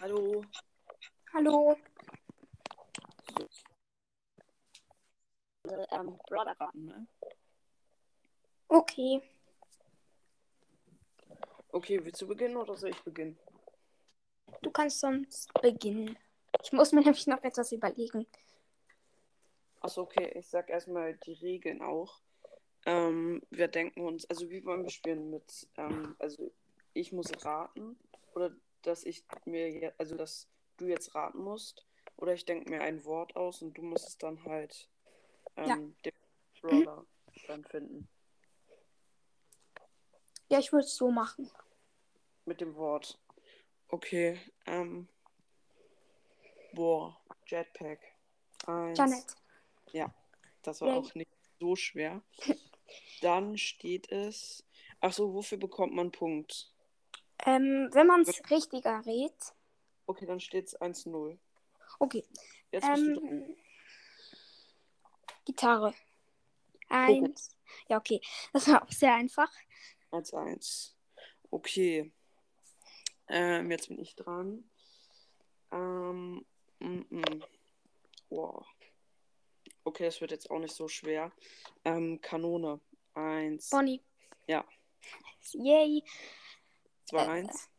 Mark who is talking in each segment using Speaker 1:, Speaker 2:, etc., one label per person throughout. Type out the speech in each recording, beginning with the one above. Speaker 1: Hallo.
Speaker 2: Hallo.
Speaker 1: Unsere ähm, Brawler raten, ne?
Speaker 2: Okay.
Speaker 1: Okay, willst du beginnen oder soll ich beginnen?
Speaker 2: Du kannst sonst beginnen. Ich muss mir nämlich noch etwas überlegen.
Speaker 1: Achso, okay, ich sag erstmal die Regeln auch. Ähm, wir denken uns, also wie wollen wir spielen mit, ähm, also ich muss raten oder dass ich mir, je- also dass du jetzt raten musst oder ich denke mir ein Wort aus und du musst es dann halt ähm,
Speaker 2: Ja.
Speaker 1: dem Brawler dann finden.
Speaker 2: Ja, ich würde es so machen.
Speaker 1: Mit dem Wort. Okay, ähm, boah, Jetpack. Eins.
Speaker 2: Janet.
Speaker 1: Das war
Speaker 2: Ja.
Speaker 1: auch nicht so schwer. Dann steht es. Achso, wofür bekommt man einen Punkt?
Speaker 2: Ähm, wenn man es richtig errät.
Speaker 1: Okay, dann steht es 1-0.
Speaker 2: Okay.
Speaker 1: Jetzt bist du dran.
Speaker 2: Ähm, Gitarre.
Speaker 1: Oh
Speaker 2: Ähm, Eins. Ja, okay. Das war auch sehr einfach.
Speaker 1: 1-1. Okay. Ähm, jetzt bin ich dran. Ähm, mm, mm. Wow. Okay, das wird jetzt auch nicht so schwer. Ähm, Kanone. 1,
Speaker 2: Bonnie.
Speaker 1: Ja.
Speaker 2: Yay.
Speaker 1: 2,
Speaker 2: äh,
Speaker 1: 1.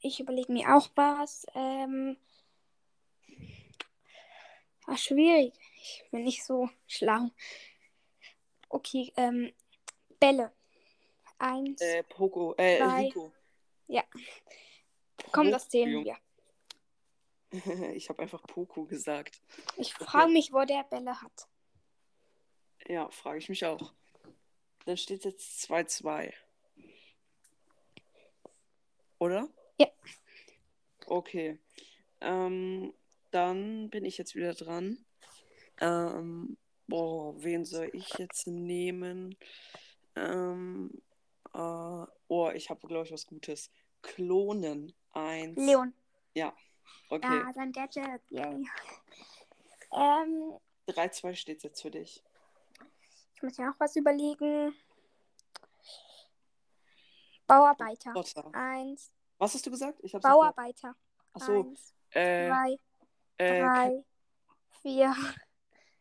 Speaker 2: Ich überlege mir auch was. Ähm, war schwierig. Ich bin nicht so schlau. Okay, ähm, Bälle. Eins.
Speaker 1: Äh, Poco. Äh,
Speaker 2: Zwei.
Speaker 1: Rico.
Speaker 2: Ja. Komm, das zählen wir.
Speaker 1: Ich habe einfach Poco gesagt.
Speaker 2: Ich
Speaker 1: Okay.
Speaker 2: frage mich, wo der Bälle hat.
Speaker 1: Ja, frage ich mich auch. Dann steht jetzt 2-2. Oder?
Speaker 2: Ja.
Speaker 1: Okay. Ähm, dann bin ich jetzt wieder dran. Ähm, boah, wen soll ich jetzt nehmen? Ähm, äh, oh, ich habe, glaube ich, was Gutes. Klonen. Eins.
Speaker 2: Leon.
Speaker 1: Okay.
Speaker 2: Ja, sein Gadget. Yay. Ähm,
Speaker 1: 3-2 steht jetzt für dich.
Speaker 2: ich muss mir auch was überlegen. Bauarbeiter.
Speaker 1: Rotter.
Speaker 2: Eins.
Speaker 1: Was hast du gesagt? Ich hab's nicht gehört.
Speaker 2: Bauarbeiter.
Speaker 1: Achso,
Speaker 2: Eins,
Speaker 1: äh,
Speaker 2: zwei,
Speaker 1: äh,
Speaker 2: drei, vier,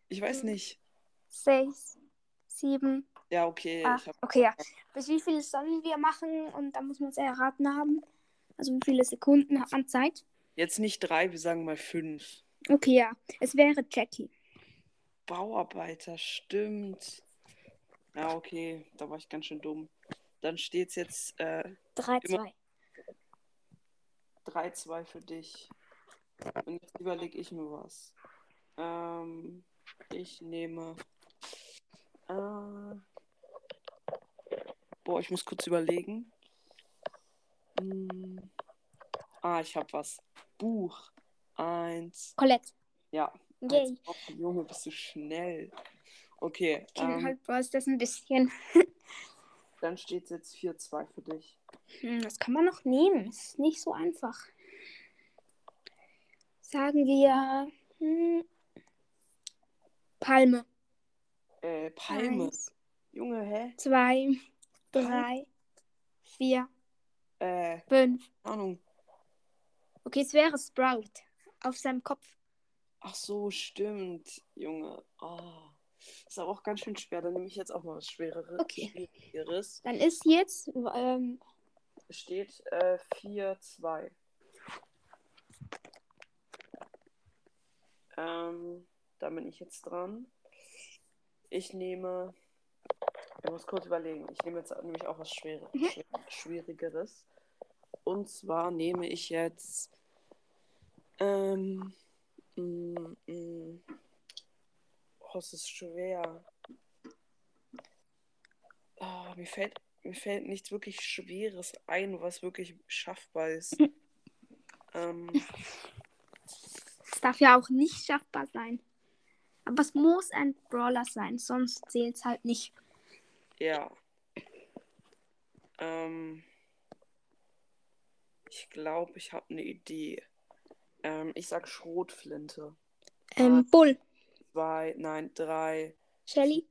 Speaker 1: ich weiß nicht.
Speaker 2: sechs, sieben,
Speaker 1: Ja, okay.
Speaker 2: acht.
Speaker 1: Ich hab,
Speaker 2: Okay, ja. Bis wie viele sollen wir machen? Und dann muss man es erraten haben. Also wie viele Sekunden hat man Zeit?
Speaker 1: jetzt nicht drei, wir sagen mal fünf.
Speaker 2: Okay, ja. Es wäre Jackie.
Speaker 1: Bauarbeiter, stimmt. Ja, okay. Da war ich ganz schön dumm. Dann steht's jetzt äh,
Speaker 2: Drei,
Speaker 1: Immer-
Speaker 2: zwei.
Speaker 1: 3-2 für dich. Und jetzt überlege ich mir was. Ähm, ich nehme. Äh, boah, ich muss kurz überlegen. Hm. Ah, ich habe was. Buch. Eins.
Speaker 2: Colette.
Speaker 1: Ja.
Speaker 2: Yay.
Speaker 1: Als ob, Junge, bist du schnell. Okay,
Speaker 2: Ich kenne
Speaker 1: ähm,
Speaker 2: halt Bros. das ein bisschen.
Speaker 1: dann steht jetzt 4-2 für dich.
Speaker 2: Hm, das kann man noch nehmen. Ist nicht so einfach. Sagen wir hm, Palme.
Speaker 1: Äh, Palme.
Speaker 2: Eins,
Speaker 1: Junge, hä?
Speaker 2: zwei,
Speaker 1: Palme?
Speaker 2: drei, vier,
Speaker 1: Äh,
Speaker 2: fünf.
Speaker 1: keine Ahnung.
Speaker 2: Okay, es wäre Sprout. Auf seinem Kopf.
Speaker 1: Ach so, stimmt, Junge. Ah, Ist aber auch ganz schön schwer. Dann nehme ich jetzt auch mal was Schwereres.
Speaker 2: Okay.
Speaker 1: Schwierigeres.
Speaker 2: Dann ist jetzt ähm,
Speaker 1: Steht äh, 4-2. Ähm, da bin ich jetzt dran. Ich nehme. Ich muss kurz überlegen. Ich nehme jetzt nämlich auch was Schwere,
Speaker 2: Mhm.
Speaker 1: Schwer- Schwierigeres. Und zwar nehme ich jetzt. Ähm. Mm, mm, oh, es ist schwer. Ah, mir, fällt, mir fällt nichts wirklich Schweres ein, was wirklich schaffbar ist. ähm,
Speaker 2: Es darf ja auch nicht schaffbar sein. Aber es muss ein Brawler sein, sonst zählt es halt nicht.
Speaker 1: ja. Ähm, ich glaube, ich habe eine Idee. Ähm, ich sag Schrotflinte.
Speaker 2: Ähm, Bull,
Speaker 1: Zwei, nein, drei,
Speaker 2: Shelly,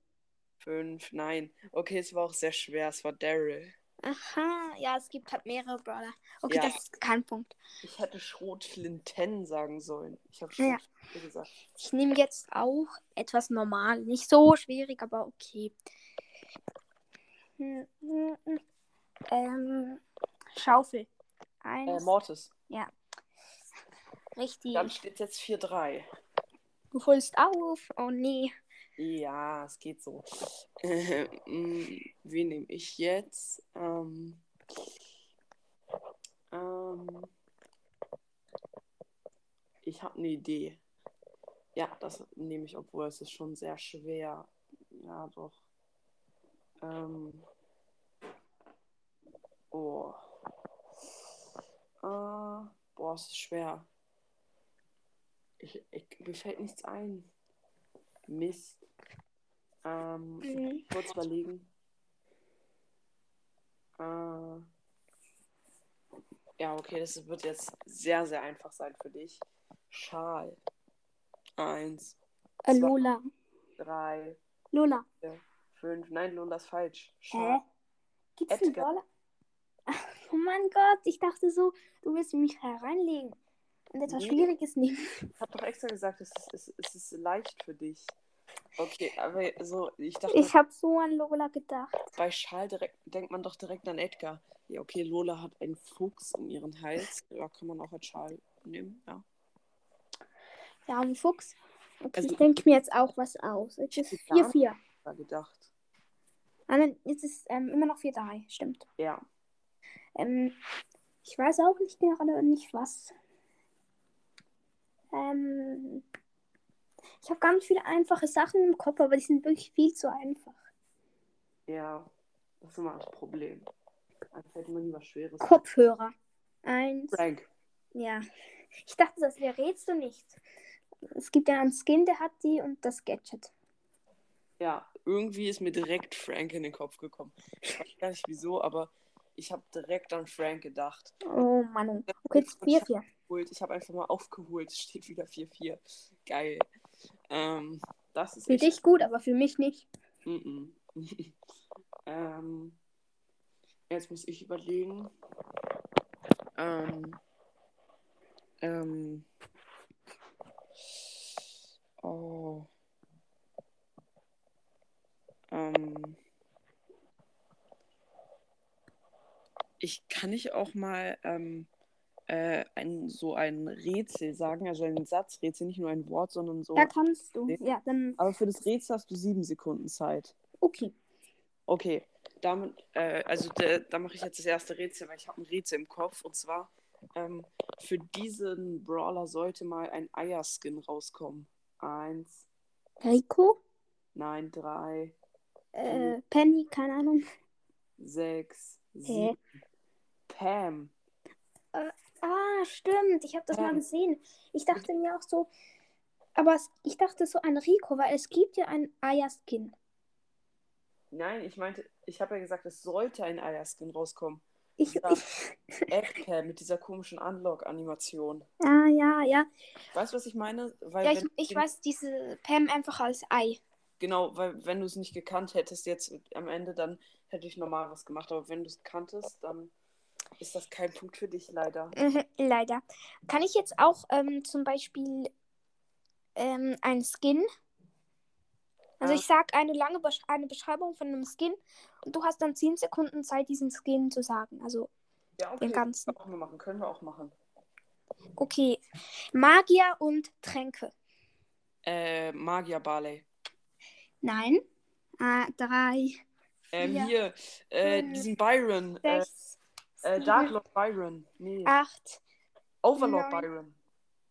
Speaker 1: fünf, nein. Okay, es war auch sehr schwer. Es war Daryl.
Speaker 2: Aha, ja, es gibt halt mehrere Brawler. Okay,
Speaker 1: Ja.
Speaker 2: das ist kein Punkt.
Speaker 1: Ich hätte Schrotflinten sagen sollen. Ich habe
Speaker 2: Ja.
Speaker 1: Schrotflinte gesagt.
Speaker 2: Ich nehme jetzt auch etwas normal. Nicht so schwierig, aber okay. Hm, hm, hm. Ähm, Schaufel.
Speaker 1: Äh,
Speaker 2: Eins.
Speaker 1: Mortis.
Speaker 2: richtig.
Speaker 1: Dann steht jetzt 4-3.
Speaker 2: Du holst auf. Oh nee.
Speaker 1: Ja, es geht so. Äh, mh, wen nehme ich jetzt? Ähm, ähm, ich habe eine Idee. Ja, das nehme ich, obwohl es ist schon sehr schwer. Ja, doch. Ähm, oh. Äh, boah, es ist schwer. Ich, ich, mir fällt nichts ein. Mist. Ähm,
Speaker 2: Mhm.
Speaker 1: kurz überlegen. Äh, ja, okay, das wird jetzt sehr, sehr einfach sein für dich. Schal. Eins,
Speaker 2: Äh, Lola.
Speaker 1: drei,
Speaker 2: Lola.
Speaker 1: fünf. Nein, Lola ist falsch.
Speaker 2: Hä?
Speaker 1: Schal.
Speaker 2: Gibt's einen
Speaker 1: Edgar.
Speaker 2: Brawler? Oh mein Gott, ich dachte so, du willst mich hereinlegen. Und etwas
Speaker 1: Nee.
Speaker 2: Schwieriges nehmen.
Speaker 1: Ich habe doch extra gesagt, es ist, es, es ist leicht für dich. Okay, aber so, ich dachte,
Speaker 2: Ich habe so an Lola gedacht.
Speaker 1: bei Schal direkt, denkt man doch direkt an Edgar. Ja, okay, Lola hat einen Fuchs um ihren Hals. Ja, kann man auch als Schal nehmen, ja.
Speaker 2: Ja, ein Fuchs. Okay,
Speaker 1: Also-
Speaker 2: ich denke mir jetzt auch was aus. Jetzt ist
Speaker 1: Ja.
Speaker 2: 4-4.
Speaker 1: War gedacht.
Speaker 2: Ah, nein, Jetzt ist ähm, immer noch 4-3. Stimmt.
Speaker 1: Ja,
Speaker 2: Ähm, ich weiß auch nicht gerade nicht was. Ähm, ich habe ganz viele einfache Sachen im Kopf, aber die sind wirklich viel zu einfach.
Speaker 1: ja. Das ist immer das Problem. Dann fällt mir nie was Schweres. ein.
Speaker 2: Kopfhörer. Eins.
Speaker 1: Frank.
Speaker 2: Ja. Ich dachte, das wäre Rätsel nicht. Es gibt ja einen Skin, der hat die und das Gadget.
Speaker 1: Ja, irgendwie ist mir direkt Frank in den Kopf gekommen. Ich weiß gar nicht wieso, aber ich habe direkt an Frank gedacht.
Speaker 2: Oh Mann. Okay, jetzt 4-4.
Speaker 1: Geholt. Ich habe einfach mal aufgeholt. Es Steht wieder 4-4. Geil. Ähm, das ist
Speaker 2: Für
Speaker 1: echt.
Speaker 2: dich gut, aber für mich nicht.
Speaker 1: Mm -mm. ähm, jetzt muss ich überlegen. Ähm, ähm, oh. Ähm, ich kann nicht auch mal ähm, äh, ein, so ein Rätsel sagen, also ein Satzrätsel, nicht nur ein Wort, sondern so.
Speaker 2: Da kannst du.
Speaker 1: Nee.
Speaker 2: Ja, dann.
Speaker 1: Aber für das Rätsel hast du sieben Sekunden Zeit.
Speaker 2: Okay.
Speaker 1: Okay, damit, äh, also da, da mache ich jetzt das erste Rätsel, weil ich habe ein Rätsel im Kopf. Und zwar, ähm, für diesen Brawler sollte mal ein Eierskin rauskommen. Eins,
Speaker 2: Rico?
Speaker 1: nein, drei,
Speaker 2: Äh,
Speaker 1: Mhm.
Speaker 2: Penny, keine Ahnung.
Speaker 1: sechs, sieben. Pam.
Speaker 2: Ah, stimmt. Ich habe das
Speaker 1: Ja.
Speaker 2: mal gesehen. Ich dachte mir auch so. Aber es, ich dachte so an Rico, weil es gibt ja einen Aya-Skin.
Speaker 1: Nein, ich meinte, ich habe ja gesagt, es sollte ein Eierskin rauskommen.
Speaker 2: Ich,
Speaker 1: Ja.
Speaker 2: ich,
Speaker 1: Egg Pam mit dieser komischen Unlock-Animation.
Speaker 2: ah, ja, ja.
Speaker 1: Weißt du, was ich meine? Weil
Speaker 2: Ja, ich,
Speaker 1: wenn-
Speaker 2: ich weiß diese Pam einfach als Ei.
Speaker 1: Genau, weil wenn du es nicht gekannt hättest jetzt äh, am Ende, dann hätte ich normal was gemacht. Aber wenn du es kanntest, dann ist das kein Punkt für dich leider.
Speaker 2: Mhm, Leider. Kann ich jetzt auch ähm, zum Beispiel ähm, einen Skin? Also
Speaker 1: Ah.
Speaker 2: ich sag eine lange Besch eine Beschreibung von einem Skin und du hast dann 10 Sekunden Zeit, diesen Skin zu sagen. Also
Speaker 1: Ja,
Speaker 2: den
Speaker 1: okay.
Speaker 2: ganzen.
Speaker 1: Können wir machen, können wir auch machen.
Speaker 2: Okay. Magier und Tränke.
Speaker 1: Äh, Magier Barley.
Speaker 2: Nein. Ah, drei,
Speaker 1: Ähm,
Speaker 2: Ja.
Speaker 1: hier, äh,
Speaker 2: Hm.
Speaker 1: diesen Byron. Äh,
Speaker 2: sechs,
Speaker 1: äh,
Speaker 2: sieben,
Speaker 1: Darklord Byron. Nee,
Speaker 2: Ah, acht,
Speaker 1: Overlord
Speaker 2: neun.
Speaker 1: Byron.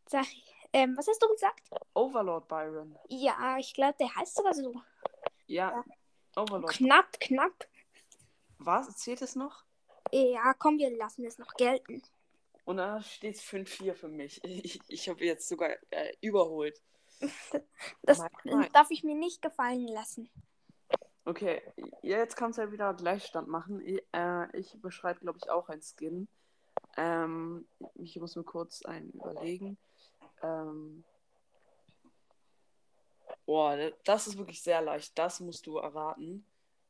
Speaker 2: sag, ähm, was hast du gesagt?
Speaker 1: Overlord Byron.
Speaker 2: Ja, ich glaube, der heißt sogar so.
Speaker 1: Ja, Overlord.
Speaker 2: Knapp, knapp.
Speaker 1: Was? Zählt es noch?
Speaker 2: Ja, komm, wir lassen es noch gelten.
Speaker 1: Und da steht es 5-4 für mich. Ich, ich habe jetzt sogar äh, überholt.
Speaker 2: Das
Speaker 1: Nein, nein.
Speaker 2: darf ich mir nicht gefallen lassen.
Speaker 1: Okay, jetzt kannst du ja wieder Gleichstand machen. Ich, äh, ich beschreibe, glaube ich, auch ein Skin. Ähm, ich muss mir kurz einen überlegen. Ähm, boah, da- das ist wirklich sehr leicht. Das musst du erraten.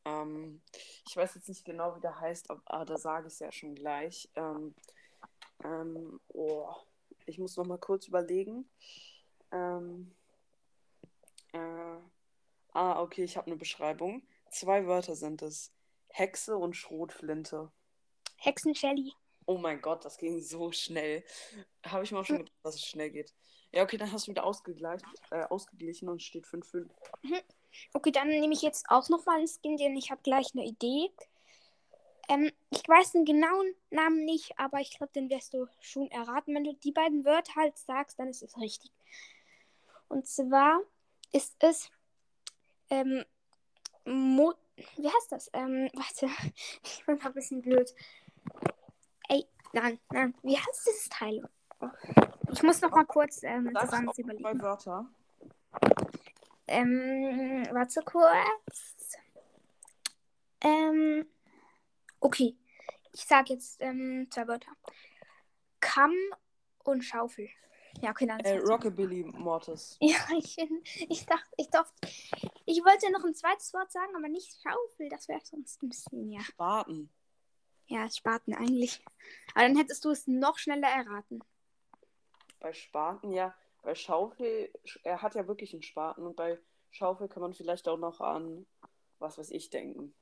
Speaker 1: Ähm, ich weiß jetzt nicht genau, wie der heißt, aber ah, da sage ich es ja schon gleich. Ähm, ähm, oh, ich muss noch mal kurz überlegen. Ähm, äh, ah, okay, ich habe eine Beschreibung. Zwei Wörter sind es. Hexe und Schrotflinte.
Speaker 2: Hexenshelly.
Speaker 1: Oh mein Gott, das ging so schnell. Habe ich mir auch
Speaker 2: Hm.
Speaker 1: schon gedacht, dass es schnell geht. Ja, okay, dann hast du wieder ausgegleicht, äh, ausgeglichen und steht 5-5.
Speaker 2: Okay, dann nehme ich jetzt auch nochmal einen Skin, denn ich habe gleich eine Idee. Ähm, ich weiß den genauen Namen nicht, aber ich glaube, den wirst du schon erraten. Wenn du die beiden Wörter halt sagst, dann ist es richtig. Und zwar ist es ähm, Mo wie heißt das? Ähm, warte, ich bin gerade ein bisschen blöd. Ey, nein, nein, wie heißt dieses Teil? Oh, Ich muss noch mal kurz ähm,
Speaker 1: Sagst du
Speaker 2: zusammen
Speaker 1: auch zwei
Speaker 2: überlegen.
Speaker 1: Wörter?
Speaker 2: Ähm, warte kurz. Ähm, okay. Ich sag jetzt ähm, zwei Wörter. Kamm und Schaufel. Ja, okay, dann.
Speaker 1: Äh,
Speaker 2: sag's.
Speaker 1: Rockabilly Mortis.
Speaker 2: Ja, ich, ich dachte, ich durfte. Ich wollte noch ein zweites Wort sagen, aber nicht Schaufel. Das wäre sonst ein bisschen, ja.
Speaker 1: Warten.
Speaker 2: Ja, Spaten eigentlich. Aber dann hättest du es noch schneller erraten.
Speaker 1: Bei Spaten, ja. Bei Schaufel, er hat ja wirklich einen Spaten und bei Schaufel kann man vielleicht auch noch an, was weiß ich, denken.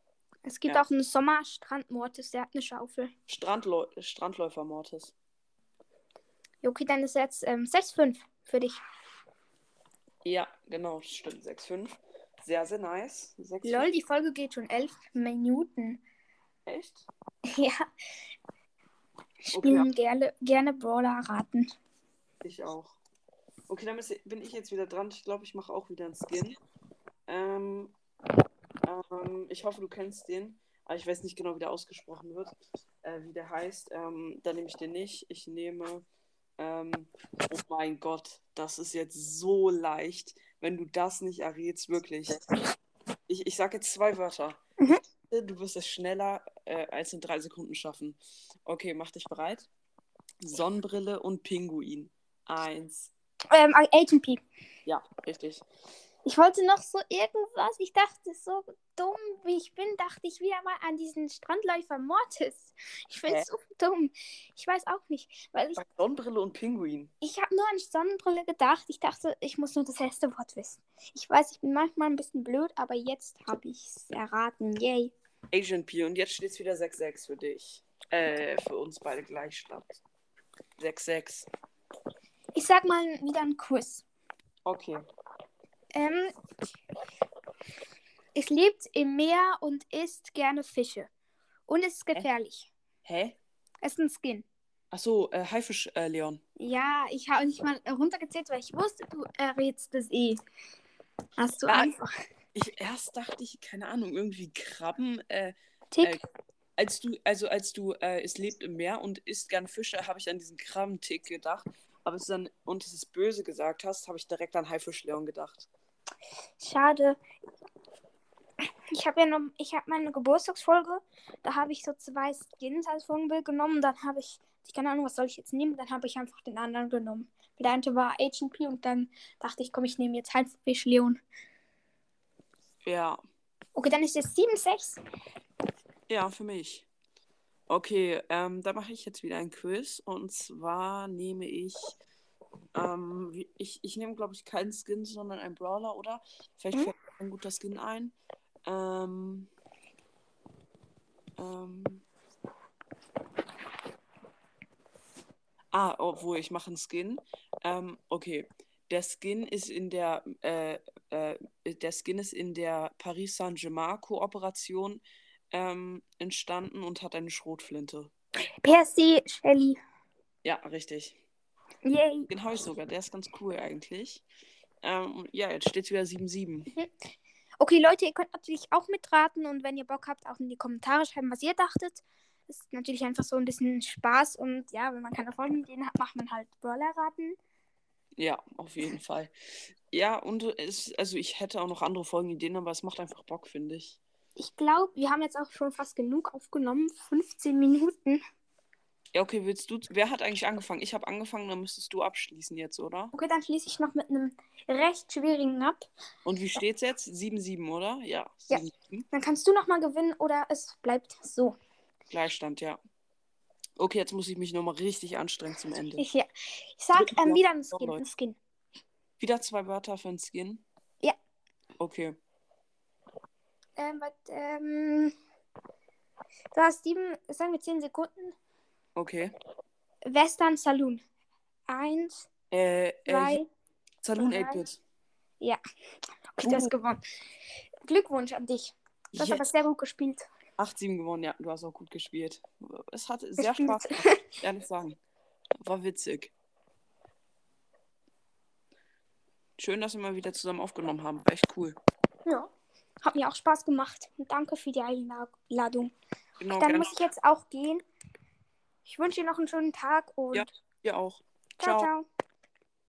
Speaker 2: Es gibt
Speaker 1: Ja.
Speaker 2: auch einen Sommerstrandmortis, der hat eine Schaufel.
Speaker 1: Strandläu Strandläufer Mortis.
Speaker 2: Ja, Okay, dann ist jetzt ähm, 6,5 für dich.
Speaker 1: Ja, genau, stimmt. 6-5. Sehr, sehr nice. 6,
Speaker 2: Lol, die Folge geht schon elf Minuten.
Speaker 1: Echt?
Speaker 2: Ja, spielen gerne, gerne Brawler raten.
Speaker 1: Ich auch. Okay, dann ist- bin ich jetzt wieder dran. Ich glaube, ich mache auch wieder einen Skin. Ähm, ähm, ich hoffe, du kennst den. Aber ich weiß nicht genau, wie der ausgesprochen wird, äh, wie der heißt. Ähm, dann nehme ich den nicht. Ich nehme. Ähm, oh mein Gott, das ist jetzt so leicht, wenn du das nicht errätst, wirklich. Ich, ich sage jetzt zwei Wörter.
Speaker 2: Mhm.
Speaker 1: Du wirst es schneller äh, als in drei Sekunden schaffen. Okay, mach dich bereit. Sonnenbrille und Pinguin. Eins.
Speaker 2: Ähm, Agent P.
Speaker 1: Ja, richtig.
Speaker 2: Ich wollte noch so irgendwas. Ich dachte, so dumm wie ich bin, dachte ich wieder mal an diesen Strandläufer Mortis. Ich bin
Speaker 1: Hä?
Speaker 2: so dumm. Ich weiß auch nicht, weil ich,
Speaker 1: Bei Sonnenbrille und Pinguin.
Speaker 2: ich habe nur an Sonnenbrille gedacht. Ich dachte, ich muss nur das letzte Wort wissen. Ich weiß, ich bin manchmal ein bisschen blöd, aber jetzt habe ich es erraten. Yay.
Speaker 1: Agent P. Und jetzt steht es wieder 6-6 für dich. Äh, für uns beide gleich statt. 6-6.
Speaker 2: Ich sag mal wieder einen Kuss.
Speaker 1: Okay.
Speaker 2: Ähm, es lebt im Meer und isst gerne Fische. Und es ist gefährlich.
Speaker 1: Hä?
Speaker 2: Es ist ein Skin.
Speaker 1: Achso, äh, Haifisch, äh, Leon.
Speaker 2: Ja, ich habe nicht mal runtergezählt, weil ich wusste, du errätst es eh. Hast du
Speaker 1: Ja,
Speaker 2: einfach.
Speaker 1: Ich erst dachte ich, keine Ahnung, irgendwie Krabben. Äh,
Speaker 2: Tick.
Speaker 1: äh, als du, also als du, äh, es lebt im Meer und isst gern Fische, habe ich an diesen Krabbentick gedacht. Aber es dann, und es ist böse gesagt hast, habe ich direkt an Haifisch Leon gedacht.
Speaker 2: Schade. Ich habe ja noch, ich habe meine Geburtstagsfolge, da habe ich so zwei Skins als Folgenbild genommen. Dann habe ich, ich keine Ahnung, was soll ich jetzt nehmen? Dann habe ich einfach den anderen genommen. Der eine war Agent P und dann dachte ich, komm, ich nehme jetzt halt Haifisch Leon.
Speaker 1: Ja.
Speaker 2: Okay, dann ist es 7-6.
Speaker 1: Ja, für mich. Okay, ähm, da mache ich jetzt wieder ein Quiz. Und zwar nehme ich. Ähm, wie- ich ich nehme, glaube ich, keinen Skin, sondern einen Brawler, oder? Vielleicht
Speaker 2: Mhm.
Speaker 1: fällt mir ein guter Skin ein. Ähm, ähm, ah, obwohl, ich mache einen Skin. Ähm, okay. Der Skin ist in der äh, äh, der Skin ist in der Paris Saint-Germain Kooperation ähm, entstanden und hat eine Schrotflinte.
Speaker 2: Percy, Shelly.
Speaker 1: Ja, richtig.
Speaker 2: Yay.
Speaker 1: Den habe ich sogar. Der ist ganz cool eigentlich. Ähm, ja, jetzt steht wieder 7-7.
Speaker 2: Okay, Leute, ihr könnt natürlich auch mitraten und wenn ihr Bock habt, auch in die Kommentare schreiben, was ihr dachtet. Ist natürlich einfach so ein bisschen Spaß und ja, wenn man keine Folgenideen hat, macht man halt Brawler raten.
Speaker 1: Ja, auf jeden Fall. Ja, und es, also ich hätte auch noch andere Folgenideen, aber es macht einfach Bock, finde ich.
Speaker 2: Ich glaube, wir haben jetzt auch schon fast genug aufgenommen. 15 Minuten.
Speaker 1: Ja, okay, willst du. Wer hat eigentlich angefangen? Ich habe angefangen, dann müsstest du abschließen jetzt, oder?
Speaker 2: Okay, dann schließe ich noch mit einem recht schwierigen ab.
Speaker 1: Und wie steht's jetzt? 7-7, oder? Ja.
Speaker 2: Ja.
Speaker 1: 7-7.
Speaker 2: Dann kannst du nochmal gewinnen oder es bleibt so.
Speaker 1: Gleichstand, ja. Okay, jetzt muss ich mich nochmal richtig anstrengen zum Ende.
Speaker 2: Ich, ja. ich sag
Speaker 1: Drücken
Speaker 2: ähm,
Speaker 1: wir
Speaker 2: wieder ein
Speaker 1: auf
Speaker 2: Skin. Ein
Speaker 1: Leute.
Speaker 2: Skin.
Speaker 1: Wieder zwei Wörter für ein Skin?
Speaker 2: Ja.
Speaker 1: Okay.
Speaker 2: Ähm, was, ähm, du hast sieben, sagen wir zehn Sekunden.
Speaker 1: Okay.
Speaker 2: Western Saloon. Eins,
Speaker 1: Äh,
Speaker 2: zwei,
Speaker 1: äh, Saloon
Speaker 2: drei.
Speaker 1: 8-Bit.
Speaker 2: okay, du hast gewonnen. Glückwunsch an dich. Du hast aber
Speaker 1: Yes.
Speaker 2: sehr gut gespielt.
Speaker 1: 8-7 gewonnen, ja, du hast auch gut gespielt. Es hat sehr
Speaker 2: Gespielt.
Speaker 1: Spaß gemacht, muss ich ehrlich sagen. War witzig. Schön, dass wir mal wieder zusammen aufgenommen haben. War echt cool.
Speaker 2: Ja. Hat mir auch Spaß gemacht. Und danke für die Einladung.
Speaker 1: Genau,
Speaker 2: Dann
Speaker 1: gerne
Speaker 2: muss ich jetzt auch gehen. Ich wünsche dir noch einen schönen Tag und
Speaker 1: Ja. dir auch.
Speaker 2: ciao, ciao.